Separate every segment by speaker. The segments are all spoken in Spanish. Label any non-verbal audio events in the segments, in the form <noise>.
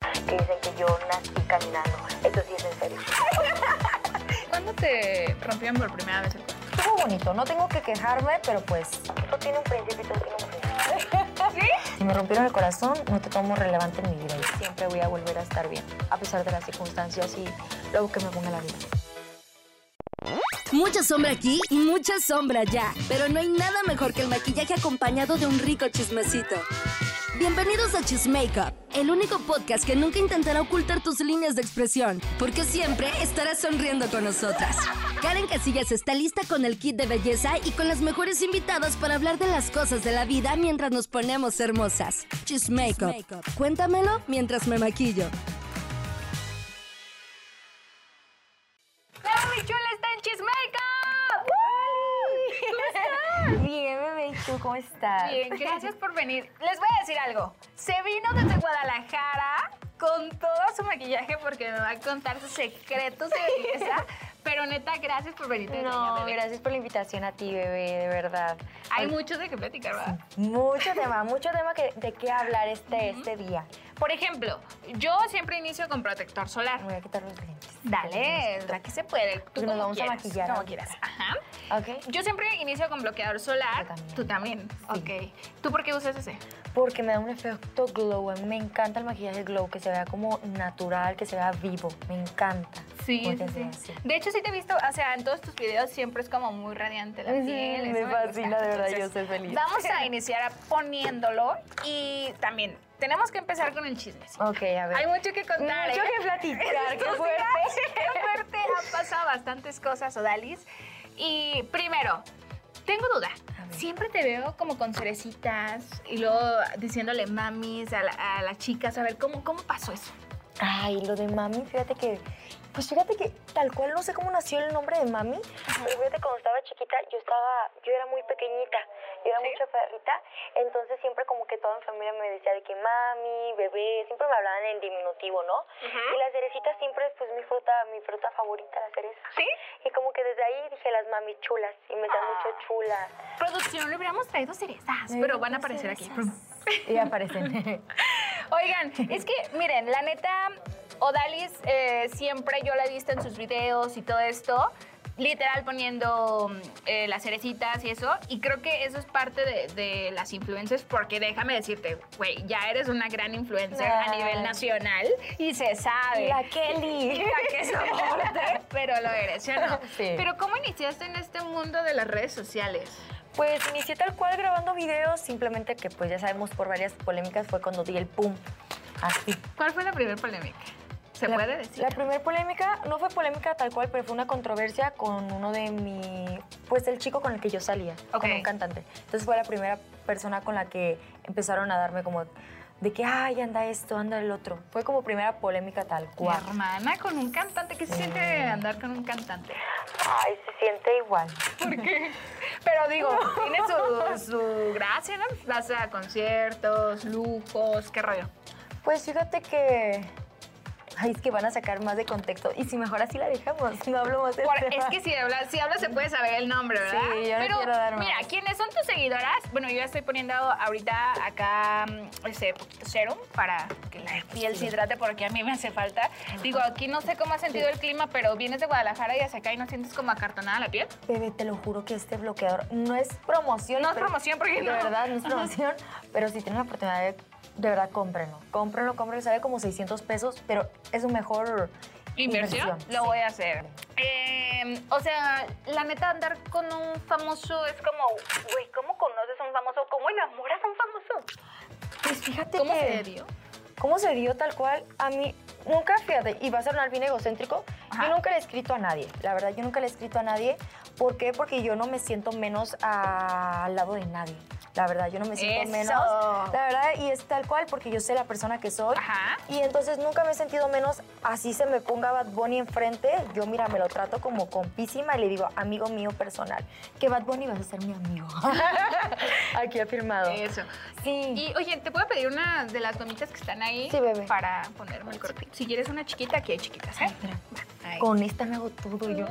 Speaker 1: que dicen que yo nací caminando. Eso sí es en serio.
Speaker 2: ¿Cuándo te rompieron por primera vez el corazón?
Speaker 3: Estuvo bonito, no tengo que quejarme, pero pues,
Speaker 1: Todo tiene un principio y todo tiene un fin.
Speaker 3: si me rompieron el corazón, no te tomo relevante en mi vida. Y siempre voy a volver a estar bien, a pesar de las circunstancias y lo que me ponga la vida.
Speaker 4: Mucha sombra aquí y mucha sombra allá. Pero no hay nada mejor que el maquillaje acompañado de un rico chismecito. Bienvenidos a Chismakeup, el único podcast que nunca intentará ocultar tus líneas de expresión, porque siempre estarás sonriendo con nosotras. Karen Casillas está lista con el kit de belleza y con las mejores invitadas para hablar de las cosas de la vida mientras nos ponemos hermosas. Chismakeup, cuéntamelo mientras me maquillo.
Speaker 2: ¡Clara mi chula está en Chismeca!
Speaker 3: Bien, bebé, ¿y ¿tú cómo estás?
Speaker 2: Bien, gracias por venir. Les voy a decir algo. Se vino desde Guadalajara con todo su maquillaje porque me va a contar sus secretos de belleza. <laughs> Pero neta, gracias por venir.
Speaker 3: <laughs> No, gracias por la invitación a ti, bebé, de verdad.
Speaker 2: Hay mucho de qué platicar, ¿verdad?
Speaker 3: Mucho tema, mucho tema que, de qué hablar este, este día.
Speaker 2: Por ejemplo, yo siempre inicio con protector solar.
Speaker 3: Me voy a quitar los lentes.
Speaker 2: Dale, Pues ¿verdad que se puede? Tú
Speaker 3: Porque nos
Speaker 2: como
Speaker 3: vamos a
Speaker 2: quieras,
Speaker 3: maquillar
Speaker 2: Como
Speaker 3: ahorita.
Speaker 2: quieras. Ajá.
Speaker 3: ¿Ok?
Speaker 2: Yo siempre inicio con bloqueador solar.
Speaker 3: Yo también.
Speaker 2: Tú también.
Speaker 3: Sí.
Speaker 2: Ok. ¿Tú por qué usas ese?
Speaker 3: Porque me da un efecto glow. A mí me encanta el maquillaje glow, que se vea como natural, que se vea vivo. Me encanta.
Speaker 2: Sí,
Speaker 3: Porque
Speaker 2: sí,
Speaker 3: sea así.
Speaker 2: sí. De hecho, sí te he visto, o sea, en todos tus videos siempre es como muy radiante la
Speaker 3: Ujú,
Speaker 2: piel.
Speaker 3: me
Speaker 2: eso
Speaker 3: fascina,
Speaker 2: gusta.
Speaker 3: de verdad, yo soy feliz.
Speaker 2: Vamos a
Speaker 3: <laughs>
Speaker 2: iniciar poniéndolo y también tenemos que empezar con el chisme. ¿sí?
Speaker 3: Ok, a ver.
Speaker 2: Hay mucho que contar.
Speaker 3: Mucho
Speaker 2: ¿eh?
Speaker 3: que
Speaker 2: <laughs>
Speaker 3: platicar, qué
Speaker 2: Estos días,
Speaker 3: fuerte.
Speaker 2: Qué fuerte, han pasado bastantes cosas, Odalis. Y primero, tengo duda.
Speaker 3: A ver.
Speaker 2: Siempre te veo como con cerecitas y luego diciéndole mamis a, la- a las chicas. A ver, ¿cómo, cómo pasó eso?
Speaker 3: Ay, lo de mami, fíjate que. Pues fíjate que tal cual no sé cómo nació el nombre de mami.
Speaker 1: Pero fíjate, cuando estaba chiquita, yo estaba, yo era muy pequeñita, yo era
Speaker 2: ¿Sí?
Speaker 1: muy chaparrita, entonces siempre como que toda mi familia me decía de que mami, bebé, siempre me hablaban en diminutivo, ¿no? Y la cerecita siempre es pues mi fruta, mi fruta favorita, la cereza.
Speaker 2: ¿Sí?
Speaker 1: Y como que desde ahí dije las mami chulas, y me da
Speaker 2: Ah.
Speaker 1: mucho chula.
Speaker 2: Producción, le hubiéramos traído cerezas, pero van a aparecer aquí.
Speaker 3: Y aparecen. <laughs>
Speaker 2: Oigan, es que miren, la neta, Odalis eh, siempre yo la he visto en sus videos y todo esto, literal poniendo mm, eh, las cerecitas y eso, y creo que eso es parte de, de las influencers, porque déjame decirte, güey, ya eres una gran influencer a
Speaker 3: Ay.
Speaker 2: nivel nacional y se sabe.
Speaker 3: La
Speaker 2: <laughs>
Speaker 3: Kelly.
Speaker 2: La que soporte, pero lo eres, ¿sí o no?
Speaker 3: <laughs> Sí.
Speaker 2: Pero ¿cómo iniciaste en este mundo de las redes sociales?
Speaker 3: Pues inicié tal cual grabando videos, simplemente que pues ya sabemos por varias polémicas fue cuando di el pum. Así.
Speaker 2: ¿Cuál fue la primera polémica? ¿Se
Speaker 3: La-
Speaker 2: puede decir?
Speaker 3: La primera polémica no fue polémica tal cual, pero fue una controversia con uno de mi, pues el chico con el que yo salía, con
Speaker 2: Ok.
Speaker 3: un cantante. Entonces fue la primera persona con la que empezaron a darme como de que, ay, anda esto, anda el otro. Fue como primera polémica tal
Speaker 2: Mi
Speaker 3: cual.
Speaker 2: hermana con un cantante. ¿Qué se siente andar con un cantante?
Speaker 1: Ay, se siente igual.
Speaker 2: Pero digo, tiene <laughs> su, su gracia, ¿no? Vas a conciertos, lujos, qué rollo.
Speaker 3: Pues fíjate que, ay, es que van a sacar más de contexto. Y si mejor así la dejamos, no hablo más de
Speaker 2: <laughs> Por-
Speaker 3: tema.
Speaker 2: es que si hablas, si hablas se puede saber el nombre, ¿verdad?
Speaker 3: Sí, yo no
Speaker 2: Pero
Speaker 3: quiero dar más.
Speaker 2: mira, ¿quiénes son tus seguidoras? Bueno, yo ya estoy poniendo ahorita acá mm, ese poquito serum para que la piel se hidrate porque a mí me hace falta. Digo, aquí no sé cómo ha sentido el clima, pero vienes de Guadalajara y hacia acá y no sientes como acartonada la piel.
Speaker 3: Bebé, te lo juro que este bloqueador no es promoción.
Speaker 2: No es
Speaker 3: pero-
Speaker 2: promoción,
Speaker 3: De
Speaker 2: porque no.
Speaker 3: verdad, no es promoción. Pero si tienen la oportunidad de, de verdad, cómprenlo. Cómprenlo, cómprenlo. Sale como 600 pesos, pero es un mejor
Speaker 2: ¿Inversión? Lo
Speaker 3: sí.
Speaker 2: voy a hacer. Eh, o sea, la neta, andar con un famoso es como, güey, ¿cómo conoces a un famoso? ¿Cómo enamoras a un famoso?
Speaker 3: Pues fíjate
Speaker 2: ¿Cómo
Speaker 3: que-
Speaker 2: se dio?
Speaker 3: ¿Cómo se dio tal cual? A mí nunca, fíjate, y va a sonar bien egocéntrico,
Speaker 2: Ajá.
Speaker 3: yo nunca le he escrito a nadie. La verdad, yo nunca le he escrito a nadie. ¿Por qué? Porque yo no me siento menos a- al lado de nadie. La verdad, yo no me siento
Speaker 2: Eso.
Speaker 3: menos. La verdad, y es tal cual porque yo sé la persona que soy.
Speaker 2: Ajá.
Speaker 3: Y entonces nunca me he sentido menos, así se me ponga Bad Bunny enfrente, yo mira, me lo trato como compísima y le digo, amigo mío personal, que Bad Bunny vas a ser mi amigo. <laughs> Aquí afirmado.
Speaker 2: Eso.
Speaker 3: Sí.
Speaker 2: Y oye, ¿te puedo pedir una de las gomitas que están ahí?
Speaker 3: Sí, bebé.
Speaker 2: Para ponerme el corpito. Si quieres una chiquita, aquí hay chiquitas, ¿eh?
Speaker 3: Espera,
Speaker 2: Va, ahí.
Speaker 3: Con esta me hago todo yo.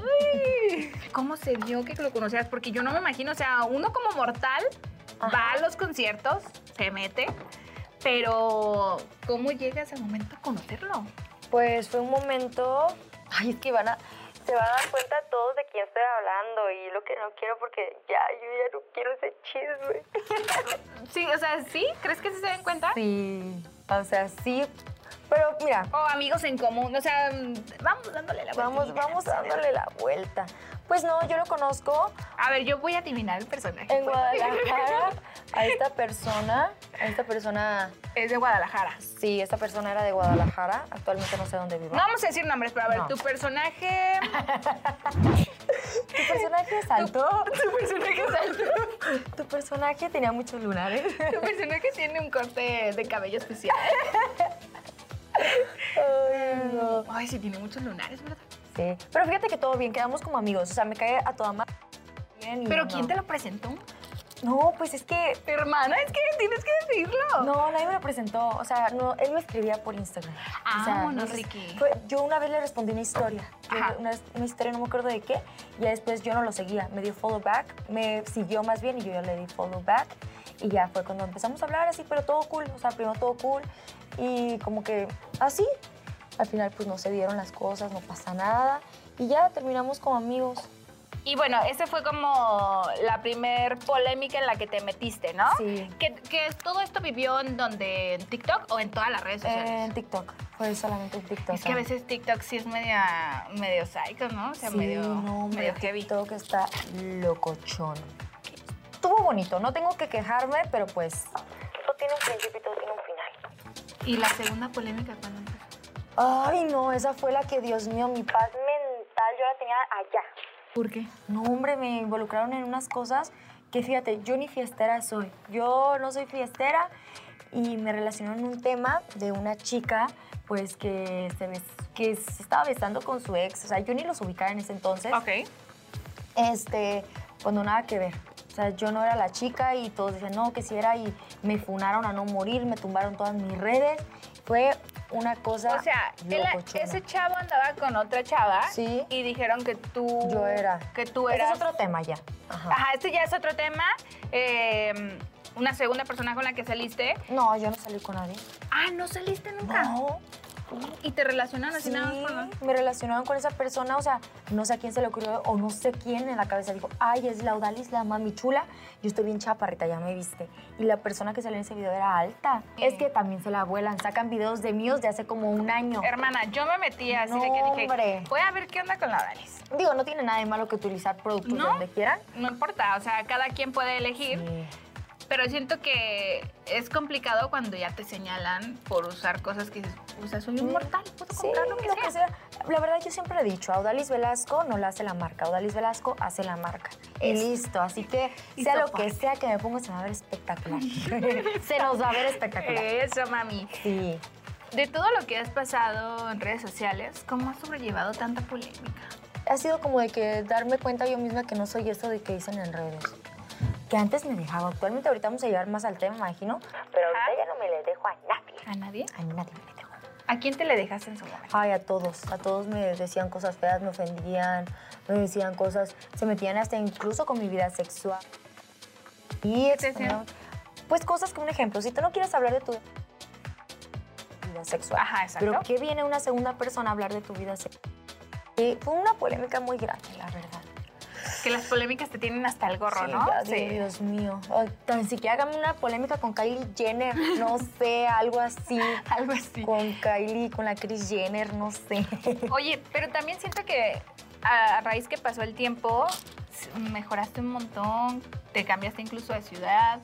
Speaker 2: Ay, ¿Cómo se dio que lo conocías? Porque yo no me imagino, o sea, uno como mortal va a los conciertos, se mete, Pero, ¿cómo llega ese momento a conocerlo?
Speaker 1: Pues fue un momento. Ay, es que van a. Se van a dar cuenta todos de quién estoy hablando y lo que no quiero porque ya, yo ya no quiero ese chisme.
Speaker 2: Sí, o sea, ¿sí? ¿Crees que sí se den cuenta?
Speaker 3: Sí, o sea, sí. Pero mira,
Speaker 2: O amigos en común, o sea, vamos dándole la vuelta.
Speaker 3: vamos, vamos dándole la vuelta. Pues no, yo lo conozco
Speaker 2: A ver, yo voy a adivinar el personaje.
Speaker 3: en Guadalajara a esta persona, a esta persona,
Speaker 2: <laughs> Es de Guadalajara.
Speaker 3: sí, esta persona era de Guadalajara, actualmente no sé dónde vive.
Speaker 2: No vamos a decir nombres, pero a ver,
Speaker 3: No. <laughs>
Speaker 2: tu personaje.
Speaker 3: Tu personaje es alto,
Speaker 2: <laughs> Tu personaje es alto.
Speaker 3: tu personaje tenía ¿eh? muchos lunares.
Speaker 2: Tu personaje tiene un corte de cabello especial.
Speaker 3: Ay, no.
Speaker 2: Ay, sí, tiene muchos lunares, ¿verdad?
Speaker 3: Sí, pero fíjate que todo bien, quedamos como amigos, o sea, me cae a toda madre. Bien y
Speaker 2: Pero
Speaker 3: no.
Speaker 2: ¿quién te lo presentó?
Speaker 3: No, pues es que
Speaker 2: Hermana, es que tienes que decirlo.
Speaker 3: No, nadie me lo presentó. O sea, no, él me escribía por Instagram.
Speaker 2: Ah,
Speaker 3: o sea,
Speaker 2: bueno,
Speaker 3: entonces,
Speaker 2: Ricky.
Speaker 3: fue- yo una vez le respondí una historia. Yo
Speaker 2: Ajá.
Speaker 3: Una, una historia, no me acuerdo de qué. Y ya después yo no lo seguía. Me dio follow back, me siguió más bien y yo ya le di follow back. Y ya fue cuando empezamos a hablar así, pero todo cool. O sea, primero todo cool. Y como que así. Al final, pues no se dieron las cosas, no pasa nada. Y ya terminamos como amigos.
Speaker 2: Y bueno, esa fue como la primer polémica en la que te metiste, ¿no?
Speaker 3: Sí.
Speaker 2: Que, que todo esto vivió en donde, en TikTok o en todas las redes sociales.
Speaker 3: En TikTok. Fue solamente en TikTok.
Speaker 2: es que a veces TikTok sí es media, medio psycho, ¿no? O sea,
Speaker 3: Sí,
Speaker 2: medio,
Speaker 3: no, hombre,
Speaker 2: medio heavy.
Speaker 3: Todo que está locochón. Estuvo bonito, no tengo que quejarme, pero pues.
Speaker 1: Todo tiene un principio y todo tiene un final.
Speaker 2: ¿Y la segunda polémica cuándo empezó?
Speaker 3: Ay, no, esa fue la que, Dios mío, mi paz.
Speaker 1: Paz mental, yo la tenía allá.
Speaker 2: ¿Por qué?
Speaker 3: No, hombre, me involucraron en unas cosas que fíjate, yo ni fiestera soy. Yo no soy fiestera y me relacionó en un tema de una chica, pues que se, bes- que se estaba besando con su ex. O sea, yo ni los ubicaba en ese entonces.
Speaker 2: Ok.
Speaker 3: este, pues no nada que ver. O sea, yo no era la chica y todos decían, no, que sí era y me funaron a no morir, me tumbaron todas mis redes. Fue una cosa
Speaker 2: O sea, él-
Speaker 3: locochona.
Speaker 2: ese chavo andaba con otra chava
Speaker 3: Sí.
Speaker 2: y dijeron que tú...
Speaker 3: Yo era.
Speaker 2: Que tú
Speaker 3: Ese
Speaker 2: eras...
Speaker 3: es otro tema ya. Ah, Ajá.
Speaker 2: Ajá, este ya es otro tema. Eh, una segunda persona con la que saliste.
Speaker 3: No, yo no salí con nadie.
Speaker 2: Ah, ¿no saliste nunca?
Speaker 3: No,
Speaker 2: ¿Y te relacionaron así
Speaker 3: sí,
Speaker 2: nada más con-
Speaker 3: me relacionaron con esa persona, o sea, no sé a quién se le ocurrió o no sé quién en la cabeza dijo, ay, es la Odalis, la mami chula, yo estoy bien chaparrita, ya me viste. Y la persona que salió en ese video era alta. Es que también se la vuelan, sacan videos de míos de hace como un año.
Speaker 2: Hermana, yo me metí así
Speaker 3: No,
Speaker 2: de que dije,
Speaker 3: hombre.
Speaker 2: voy a ver qué onda con la Dalis.
Speaker 3: Digo, no tiene nada de malo que utilizar productos
Speaker 2: ¿No?
Speaker 3: donde quieran.
Speaker 2: No importa, o sea, cada quien puede elegir, pero siento que es complicado cuando ya te señalan por usar cosas que dices, o sea, soy un mortal, puedo
Speaker 3: Sí,
Speaker 2: comprar lo que sea.
Speaker 3: La verdad, yo siempre he dicho, a Odalis Velasco no la hace la marca, Odalis Velasco hace la marca. Y listo, así que
Speaker 2: Y
Speaker 3: sea lo
Speaker 2: sopa.
Speaker 3: que sea que me ponga, se va a ver espectacular. <laughs> se nos va a ver espectacular.
Speaker 2: Eso, mami.
Speaker 3: Sí.
Speaker 2: De todo lo que has pasado en redes sociales, ¿cómo has sobrellevado tanta polémica?
Speaker 3: ha sido como de que darme cuenta yo misma que no soy eso de que dicen en redes. Que antes me dejaba. Actualmente ahorita vamos a llegar más al tema, imagino.
Speaker 1: Pero ahorita
Speaker 2: Ajá.
Speaker 1: ya no me les dejo a nadie.
Speaker 2: ¿A nadie?
Speaker 3: A nadie me dejo.
Speaker 2: ¿A quién te le dejaste en su momento?
Speaker 3: Ay, a todos. A todos me decían cosas feas, me ofendían, me decían cosas. Se metían hasta incluso con mi vida sexual. Y
Speaker 2: te decían?
Speaker 3: ¿no? Pues cosas como un ejemplo. Si tú no quieres hablar de tu vida sexual.
Speaker 2: Ajá, exacto.
Speaker 3: Pero ¿qué viene una segunda persona a hablar de tu vida sexual? Y fue una polémica muy grande, la verdad.
Speaker 2: Que las polémicas te tienen hasta el gorro,
Speaker 3: Sí,
Speaker 2: ¿no?
Speaker 3: ya, Dios, Dios mío. Ay, tan siquiera hágame una polémica con Kylie Jenner, no sé, algo así.
Speaker 2: <laughs> Algo así.
Speaker 3: Con Kylie, con la Kris Jenner, no sé.
Speaker 2: Oye, pero también siento que a a raíz que pasó el tiempo, s- mejoraste un montón, te cambiaste incluso de ciudad,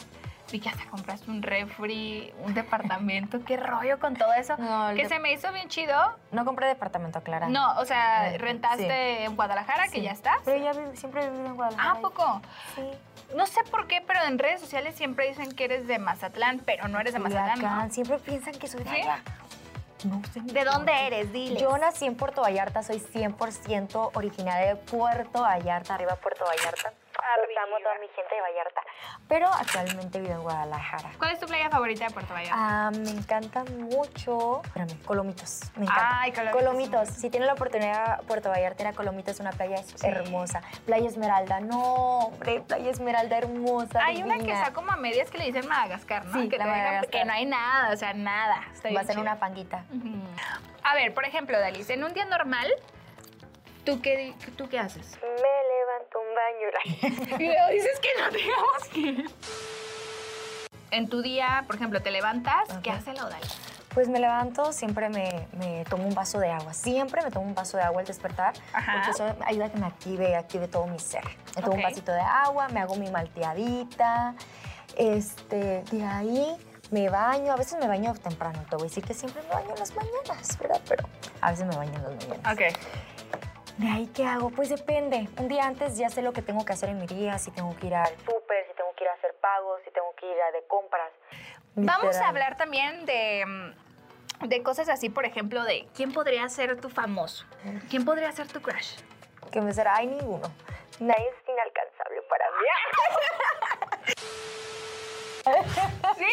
Speaker 2: vi que hasta compraste un refri, un departamento, qué rollo con todo eso.
Speaker 3: No, el
Speaker 2: que
Speaker 3: de-
Speaker 2: se me hizo bien chido.
Speaker 3: No compré departamento, Clara.
Speaker 2: No, o sea,
Speaker 3: Sí.
Speaker 2: rentaste en Guadalajara, que
Speaker 3: Sí.
Speaker 2: ya estás.
Speaker 3: Pero ya vi- siempre he vivido en Guadalajara.
Speaker 2: Ah, ¿a poco.
Speaker 3: Sí.
Speaker 2: No sé por qué, pero en redes sociales siempre dicen que eres de Mazatlán, pero no eres de Mazatlán.
Speaker 3: Culiacán,
Speaker 2: ¿no?
Speaker 3: Siempre piensan que soy de
Speaker 2: ¿Sí?
Speaker 3: allá. No sé.
Speaker 2: ¿De dónde eres? Dile.
Speaker 3: Yo nací en Puerto Vallarta, soy 100% originaria de Puerto Vallarta, arriba Puerto Vallarta.
Speaker 1: Los amo a toda mi gente de Vallarta.
Speaker 3: Pero actualmente vivo en Guadalajara.
Speaker 2: ¿Cuál es tu playa favorita de Puerto Vallarta?
Speaker 3: Ah, me encanta mucho. Espérame, Colomitos. Me encanta.
Speaker 2: Ay, Colomitos.
Speaker 3: Colomitos. Si tienen la oportunidad, Puerto Vallarta, ir a Colomitos, una playa hermosa. Playa Esmeralda. No, hombre, Playa Esmeralda hermosa.
Speaker 2: hay una que
Speaker 3: divina.
Speaker 2: está como a medias que le dicen Madagascar, ¿no?
Speaker 3: Sí,
Speaker 2: que,
Speaker 3: la
Speaker 2: te dejan-
Speaker 3: Madagascar.
Speaker 2: que no hay nada, o sea, nada. Está bien
Speaker 3: Vas en
Speaker 2: chido.
Speaker 3: una panguita.
Speaker 2: A ver, por ejemplo, Dalis, en un día normal, ¿tú qué, di- tú qué haces?
Speaker 1: Me levanto un baño.
Speaker 2: <laughs> Y luego dices que no tengamos que ir. En tu día, por ejemplo, te levantas, ¿qué
Speaker 3: Ajá.
Speaker 2: hace la Odalis?
Speaker 3: Pues me levanto, siempre me, me tomo un vaso de agua. Siempre me tomo un vaso de agua al despertar,
Speaker 2: Ajá.
Speaker 3: porque eso ayuda a que me active, active todo mi ser. Me tomo
Speaker 2: Ok.
Speaker 3: un vasito de agua, me hago mi malteadita, este, de ahí me baño. A veces me baño temprano, te voy a decir que siempre me baño en las mañanas, ¿verdad? Pero a veces me baño en las mañanas. ¿De ahí qué hago? Pues depende. Un día antes ya sé lo que tengo que hacer en mi día, si tengo que ir al...
Speaker 1: Súper, si tengo que ir a hacer pagos, si tengo que ir a de compras.
Speaker 2: Vamos
Speaker 3: literal.
Speaker 2: a hablar también de, mm, de cosas así, por ejemplo, de quién podría ser tu famoso, quién podría ser tu crush.
Speaker 3: Que me será, hay ninguno.
Speaker 1: Nadie es inalcanzable para mí.
Speaker 2: ¿Sí?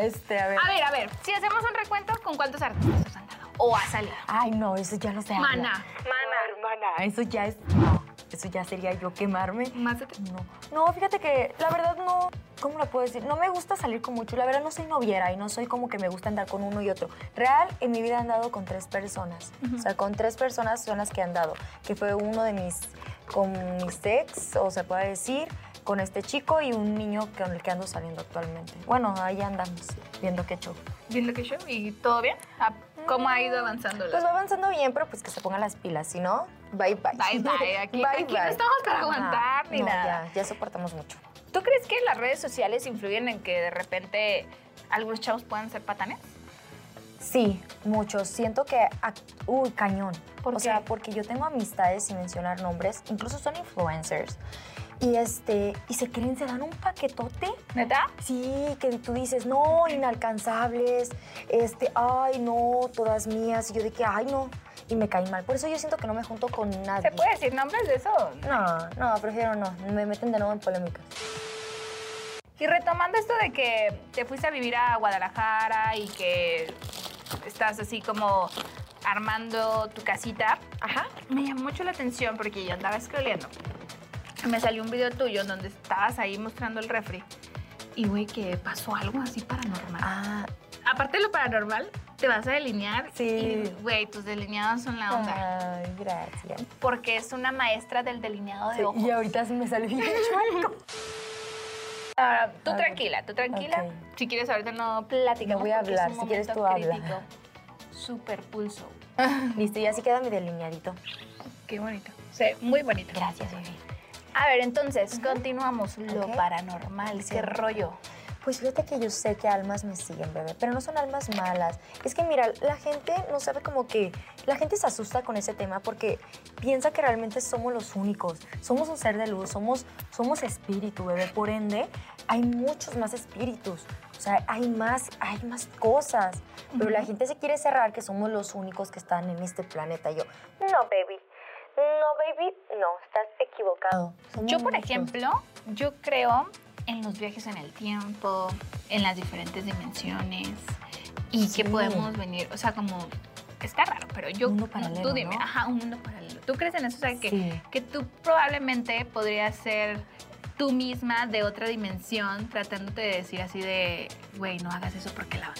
Speaker 3: Este, a ver.
Speaker 2: A ver, a ver, si hacemos un recuento, ¿con cuántos artistas has andado? ¿O has salido?
Speaker 3: Ay, no, eso ya no se habla.
Speaker 2: Mana.
Speaker 1: Mana, hermana.
Speaker 3: Ah, Eso ya es. no, eso ya sería yo quemarme.
Speaker 2: Más de-
Speaker 3: No. No, fíjate que la verdad no. ¿Cómo lo puedo decir? No me gusta salir con mucho. La verdad no soy noviera y no soy como que me gusta andar con uno y otro. Real, en mi vida he andado con tres personas. O sea, con tres personas son las que he andado. Que fue uno de mis. con mis ex, o se puede decir, con este chico y un niño con el que ando saliendo actualmente. Bueno, ahí andamos, viendo qué show.
Speaker 2: viendo que show y todo bien. Ah, ¿Cómo ha ido avanzando? la-
Speaker 3: Pues va avanzando bien, pero pues que se pongan las pilas, si no, bye bye.
Speaker 2: Bye,
Speaker 3: <laughs>
Speaker 2: bye. Aquí- aquí no estamos para aguantar ni
Speaker 3: no,
Speaker 2: nada.
Speaker 3: Ya, ya soportamos mucho.
Speaker 2: ¿Tú crees que las redes sociales influyen en que de repente algunos chavos puedan ser patanes?
Speaker 3: Sí, mucho. Siento que, ac- uy, cañón.
Speaker 2: ¿Por
Speaker 3: o
Speaker 2: qué?
Speaker 3: sea, porque yo tengo amistades sin mencionar nombres, incluso son influencers. Y este, y se creen, se dan un paquetote.
Speaker 2: ¿Neta?
Speaker 3: Sí, que tú dices, no, inalcanzables, este, ay, no, todas mías. Y yo de que, ay, no, y me caen mal. Por eso yo siento que no me junto con nadie.
Speaker 2: ¿Se puede decir nombres de eso?
Speaker 3: No, no, prefiero no. Me meten de nuevo en polémicas.
Speaker 2: Y retomando esto de que te fuiste a vivir a Guadalajara y que estás así como armando tu casita,
Speaker 3: Ajá.
Speaker 2: me llamó mucho la atención porque yo andaba scrolleando. Me salió un video tuyo en donde estabas ahí mostrando el refri. Y güey, que pasó algo así paranormal.
Speaker 3: Ah,
Speaker 2: Aparte de lo paranormal, te vas a delinear.
Speaker 3: Sí.
Speaker 2: Y, güey, tus delineados son la onda.
Speaker 3: Ah, ay, gracias.
Speaker 2: Ah. Porque es una maestra del delineado de ojos.
Speaker 3: y ahorita se me salió bien chueco.
Speaker 2: Ah, tú
Speaker 3: Ok.
Speaker 2: tranquila, tú tranquila.
Speaker 3: Ok.
Speaker 2: Si quieres, ahorita no
Speaker 3: No
Speaker 2: platicamos.
Speaker 3: voy a
Speaker 2: porque es un
Speaker 3: hablar, si quieres tú
Speaker 2: momento
Speaker 3: habla.
Speaker 2: crítico. Super pulso.
Speaker 3: <laughs> Listo, y así queda mi delineadito.
Speaker 2: Qué bonito. Sí, muy bonito.
Speaker 3: Gracias, bebé.
Speaker 2: A ver, entonces, continuamos. Lo
Speaker 3: Ok.
Speaker 2: paranormal,
Speaker 3: Sí.
Speaker 2: qué rollo.
Speaker 3: Pues fíjate que yo sé que almas me siguen, bebé, pero no son almas malas. Es que mira, la gente no sabe como que... La gente se asusta con ese tema porque piensa que realmente somos los únicos. Somos un ser de luz, somos, somos espíritu, bebé. Por ende, hay muchos más espíritus. O sea, hay más, hay más cosas. Pero la gente se quiere cerrar que somos los únicos que están en este planeta. Yo,
Speaker 1: No, baby. No, baby. No, estás equivocado.
Speaker 3: somos
Speaker 2: Yo, por
Speaker 3: muchos.
Speaker 2: ejemplo, yo creo en los viajes en el tiempo, en las diferentes dimensiones y
Speaker 3: Sí.
Speaker 2: que podemos venir, o sea, como está raro, pero yo
Speaker 3: Mundo
Speaker 2: no, tú
Speaker 3: paralelo,
Speaker 2: dime,
Speaker 3: ¿no?
Speaker 2: ajá, un mundo paralelo. ¿Tú crees en eso? O sea, que,
Speaker 3: Sí.
Speaker 2: que tú probablemente podrías ser tú misma de otra dimensión tratándote de decir así de, güey, no hagas eso porque la...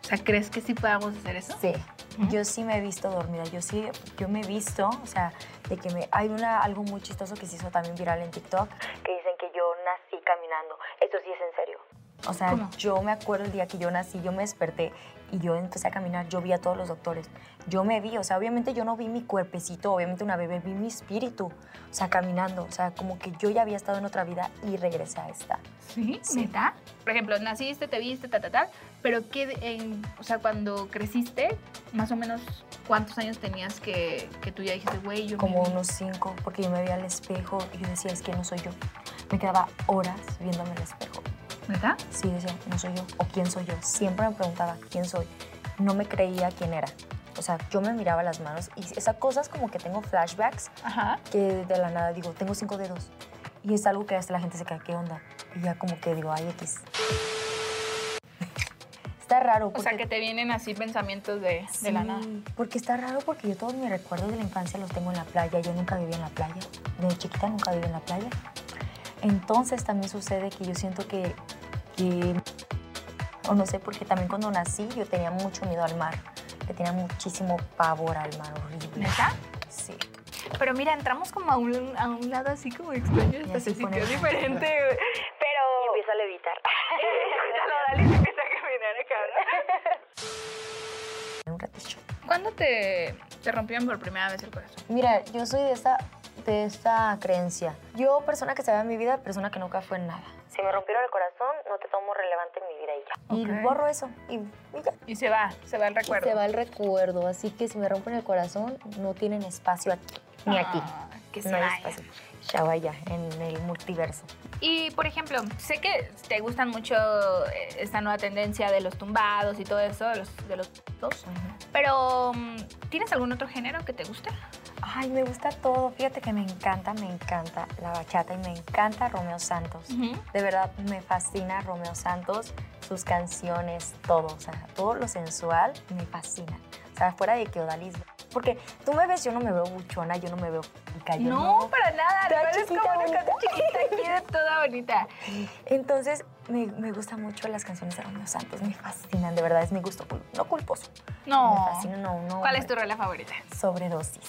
Speaker 2: O sea, ¿crees que sí podamos hacer eso?
Speaker 3: Sí,
Speaker 2: Ujú.
Speaker 3: yo sí me he visto dormida, yo sí, yo me he visto, o sea, de que me, hay una, algo muy chistoso que se hizo también viral en TikTok,
Speaker 1: Que dicen que yo nací caminando. Eso sí es en serio.
Speaker 3: o sea,
Speaker 2: ¿Cómo?
Speaker 3: yo me acuerdo el día que yo nací, yo me desperté y yo empecé a caminar, yo vi a todos los doctores, yo me vi, o sea, obviamente yo no vi mi cuerpecito, obviamente una bebé, vi mi espíritu, o sea, caminando, o sea, como que yo ya había estado en otra vida y regresé a esta.
Speaker 2: ¿Sí?
Speaker 3: Sí.
Speaker 2: ¿Neta? Por ejemplo, naciste, te viste, ta, ta, ta, pero ¿qué, de- en- o sea, cuando creciste, más o menos, ¿cuántos años tenías que, que tú ya dijiste, güey, yo me
Speaker 3: como
Speaker 2: vi"?
Speaker 3: unos cinco, porque yo me veía al espejo y yo decía, es que no soy yo. Me quedaba horas viéndome al espejo.
Speaker 2: ¿Neta?
Speaker 3: Sí, decía, no soy yo, o quién soy yo. Siempre me preguntaba, ¿quién soy? No me creía quién era. O sea, yo me miraba las manos y esas cosas como que tengo flashbacks
Speaker 2: Ajá.
Speaker 3: que de la nada digo, tengo cinco dedos. Y es algo que hasta la gente se cae, ¿qué onda? Y ya como que digo, ay, X. <laughs> Está raro.
Speaker 2: O sea, que te vienen así pensamientos de, de la
Speaker 3: Sí,
Speaker 2: nada.
Speaker 3: Porque está raro porque yo todos mis recuerdos de la infancia los tengo en la playa. Yo nunca viví en la playa. De chiquita nunca viví en la playa. Entonces también sucede que yo siento que, que- o no sé, porque también cuando nací yo tenía mucho miedo al mar. Le tenía muchísimo pavor al mar, horrible.
Speaker 2: ¿Neta?
Speaker 3: Sí.
Speaker 2: Pero mira, entramos como a un, a un lado así como extraño, hasta
Speaker 3: así
Speaker 2: se sintió
Speaker 3: ponemos-
Speaker 2: diferente, güey. Pero...
Speaker 1: Y empiezo a
Speaker 2: <laughs>
Speaker 1: levitar.
Speaker 2: la Odalis empieza a caminar acá,
Speaker 3: Un ratillo.
Speaker 2: ¿no? ¿Cuándo te, te rompieron por primera vez el corazón?
Speaker 3: Mira, yo soy de esta, de esta creencia. Yo, persona que se ve en mi vida, persona que nunca fue en nada.
Speaker 1: <laughs> Si me rompieron el corazón, no te tomo relevante en mi vida y ya.
Speaker 2: Ok.
Speaker 3: Y borro eso. Y, y ya.
Speaker 2: Y se va, se va el
Speaker 3: Y
Speaker 2: recuerdo.
Speaker 3: se va el recuerdo, así que si me rompen el corazón, no tienen espacio aquí, ni aquí.
Speaker 2: Ah, que se
Speaker 3: No hay
Speaker 2: vaya.
Speaker 3: espacio. Ya vaya, en el multiverso.
Speaker 2: Y, por ejemplo, sé que te gustan mucho eh, esta nueva tendencia de los tumbados y todo eso, de los, de los dos, pero mm, ¿tienes algún otro género que te guste?
Speaker 3: Ay, me gusta todo. Fíjate que me encanta, me encanta la bachata y me encanta Romeo Santos.
Speaker 2: Ujú.
Speaker 3: De verdad, me fascina Romeo Santos, sus canciones, todo. O sea, todo lo sensual me fascina. O sea, fuera de que Odalis... Porque tú me ves, yo no me veo buchona, yo no me veo pica, yo
Speaker 2: No, para nada, no
Speaker 3: Toda
Speaker 2: eres como
Speaker 3: chiquita,
Speaker 2: una
Speaker 3: bonita.
Speaker 2: cata chiquita aquí de toda bonita.
Speaker 3: Entonces, me, me gustan mucho las canciones de Romeo Santos, me fascinan, de verdad, es mi gusto, cul- no culposo. Me
Speaker 2: No.
Speaker 3: fascina, no, no.
Speaker 2: ¿Cuál es tu rola favorita?
Speaker 3: Sobredosis.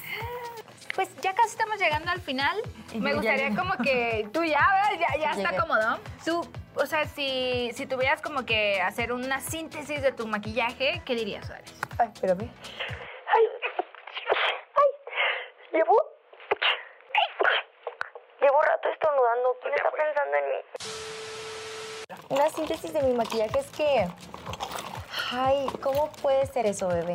Speaker 2: Pues ya casi estamos llegando al <laughs> final.
Speaker 3: Y
Speaker 2: Me
Speaker 3: yo ya
Speaker 2: gustaría
Speaker 3: llegué.
Speaker 2: como que tú ya, ¿verdad? ya, ya está
Speaker 3: Llegué.
Speaker 2: cómodo. Tú, o sea, si, si tuvieras como que hacer una síntesis de tu maquillaje, ¿qué dirías, Alex?
Speaker 3: Ay, pero mira.
Speaker 1: Ay, ay, llevo. Llevo rato estornudando. ¿Quién está pensando en mí?
Speaker 3: Una síntesis de mi maquillaje es que... Ay, ¿cómo puede ser eso, bebé?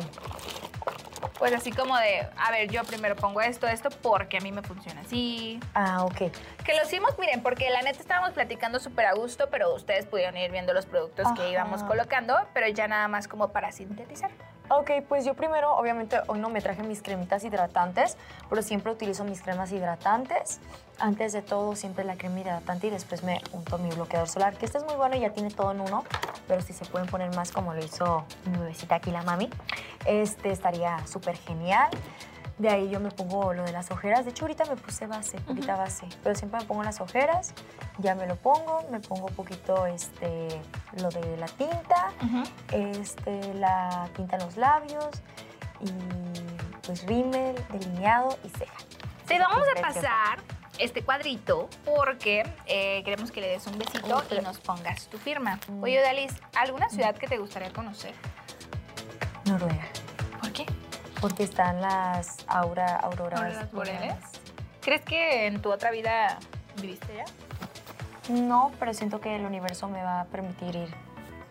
Speaker 2: Pues así como de, a ver, yo primero pongo esto, esto, porque a mí me funciona así.
Speaker 3: Ah, ok.
Speaker 2: Que lo hicimos, miren, porque la neta estábamos platicando súper a gusto, pero ustedes pudieron ir viendo los productos que
Speaker 3: Ajá.
Speaker 2: íbamos colocando, pero ya nada más como para sintetizar.
Speaker 3: Ok, pues yo primero, obviamente, hoy no me traje mis cremitas hidratantes, pero siempre utilizo mis cremas hidratantes. Antes de todo, siempre la crema hidratante y después me unto mi bloqueador solar, que este es muy bueno y ya tiene todo en uno, pero si se pueden poner más como lo hizo mi bebecita aquí, la mami, este estaría súper genial. De ahí yo me pongo lo de las ojeras. De hecho, ahorita me puse base, ahorita base. Pero siempre me pongo las ojeras, ya me lo pongo, me pongo un poquito este, lo de la tinta este, la tinta en los labios y pues rímel, delineado y ceja.
Speaker 2: Te
Speaker 3: Ese
Speaker 2: vamos a
Speaker 3: es el
Speaker 2: pasar este cuadrito porque eh, queremos que le des un besito
Speaker 3: Uy,
Speaker 2: y
Speaker 3: pero- secreto.
Speaker 2: nos pongas tu firma.
Speaker 3: Mm.
Speaker 2: Oye, Dalis, ¿alguna ciudad que te gustaría conocer?
Speaker 3: Noruega,
Speaker 2: ¿Por qué?
Speaker 3: porque están las aura, auroras.
Speaker 2: ¿Auroras boreales? ¿Crees que en tu otra vida viviste ya?
Speaker 3: No, pero siento que el universo me va a permitir ir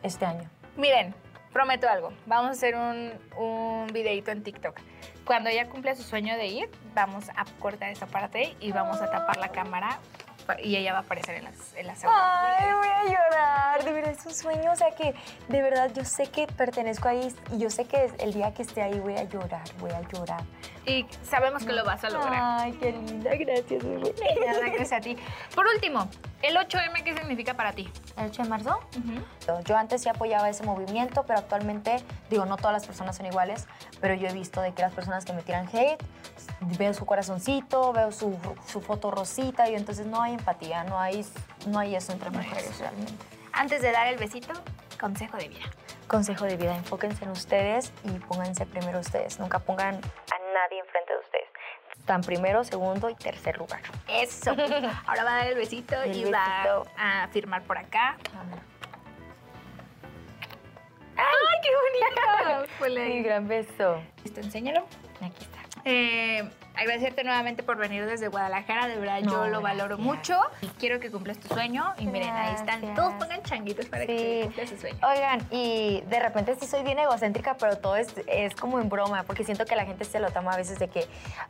Speaker 3: este año.
Speaker 2: Miren, prometo algo. Vamos a hacer un, un videito en TikTok. Cuando ella cumpla su sueño de ir, vamos a cortar esta parte y vamos a tapar la cámara pa- y ella va a aparecer en las, en las auroras
Speaker 3: Ay, <laughs>
Speaker 2: boreales.
Speaker 3: voy a llorar. De verdad es un sueño. O sea que de verdad yo sé que pertenezco ahí y yo sé que el día que esté ahí voy a llorar, voy a llorar.
Speaker 2: Y sabemos que lo vas a lograr.
Speaker 3: Ay, qué linda. Gracias, bebé.
Speaker 2: Nada, gracias a ti. Por último, el 8M, ¿qué significa para ti?
Speaker 3: El 8 de marzo Yo antes sí apoyaba ese movimiento, pero actualmente, digo, no todas las personas son iguales, pero yo he visto de que las personas que me tiran hate, veo su corazoncito, veo su, su foto rosita, y entonces no hay empatía, no hay, no hay eso entre mujeres realmente.
Speaker 2: Antes de dar el besito, consejo de vida.
Speaker 3: Consejo de vida, enfóquense en ustedes y pónganse primero ustedes, nunca pongan
Speaker 1: A nadie enfrente de ustedes.
Speaker 3: tan primero, segundo y tercer lugar. <laughs>
Speaker 2: Eso. Ahora va a dar el besito
Speaker 3: El
Speaker 2: y va
Speaker 3: besito.
Speaker 2: a firmar por acá. ¡Ay, qué bonito! <laughs> Pues le-
Speaker 3: Sí, gran beso.
Speaker 2: Listo, enséñalo.
Speaker 3: Aquí está.
Speaker 2: Eh, agradecerte nuevamente por venir desde Guadalajara, de verdad
Speaker 3: No,
Speaker 2: yo lo valoro
Speaker 3: gracias.
Speaker 2: mucho y quiero que cumplas tu sueño. Y miren, ahí están,
Speaker 3: Gracias.
Speaker 2: todos pongan changuitos para que
Speaker 3: Sí.
Speaker 2: cumpla su sueño.
Speaker 3: Oigan, y de repente sí soy bien egocéntrica, pero todo es, es como en broma, porque siento que la gente se lo toma a veces de que,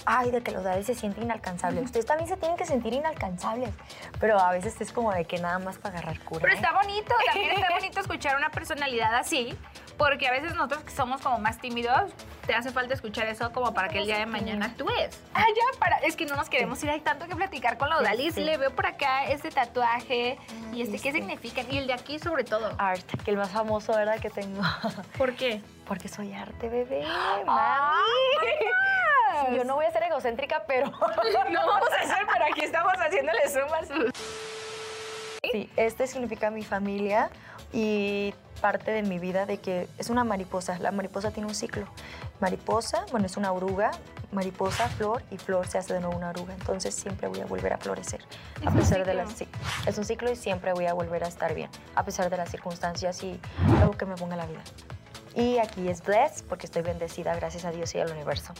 Speaker 3: ay, de que los dadis se sienten inalcanzables. Ustedes también se tienen que sentir inalcanzables, pero a veces es como de que nada más para agarrar cura.
Speaker 2: Pero
Speaker 3: ¿eh?
Speaker 2: <laughs> está bonito, también está bonito escuchar una personalidad así, Porque a veces nosotros que somos como más tímidos, te hace falta escuchar eso como para que el día de mañana actúes. Ah, ya, para. Es que no nos queremos ir, hay tanto que platicar con la Odalis.
Speaker 3: sí.
Speaker 2: Le veo por acá este tatuaje y este, ¿qué
Speaker 3: sí.
Speaker 2: significan? Y el de aquí sobre todo.
Speaker 3: Art, que el más famoso, ¿verdad? Que tengo.
Speaker 2: Ah,
Speaker 3: <laughs>
Speaker 2: ¿Por qué?
Speaker 3: Porque soy arte, bebé.
Speaker 2: ¡Ah! ¡Mami!
Speaker 3: Sí, yo no voy a ser egocéntrica, <laughs> pero.
Speaker 2: No vamos a hacer, pero aquí estamos haciéndole sumas.
Speaker 3: Sí, este significa mi familia y parte de mi vida de que es una mariposa. La mariposa tiene un ciclo. Mariposa, bueno, es una oruga, mariposa, flor y flor se hace de nuevo una oruga. Entonces siempre voy a volver a florecer. A pesar de las. Sí, es un ciclo y siempre voy a volver a estar bien. A pesar de las circunstancias y lo que me ponga la vida. Y aquí es blessed porque estoy bendecida gracias a Dios y al universo.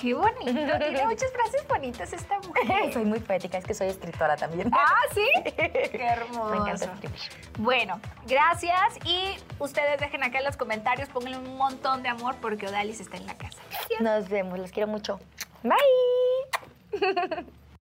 Speaker 2: ¡Qué bonito! Tiene muchas frases bonitas esta <laughs> mujer.
Speaker 3: <laughs> Soy muy poética, es que soy escritora también.
Speaker 2: ¡Ah, sí! <laughs> ¡Qué
Speaker 3: <laughs>
Speaker 2: hermoso!
Speaker 3: Me encanta escribir.
Speaker 2: Bueno, gracias y ustedes dejen acá en los comentarios, pónganle un montón de amor porque Odalis está en la casa.
Speaker 3: Nos vemos, los quiero mucho. Bye.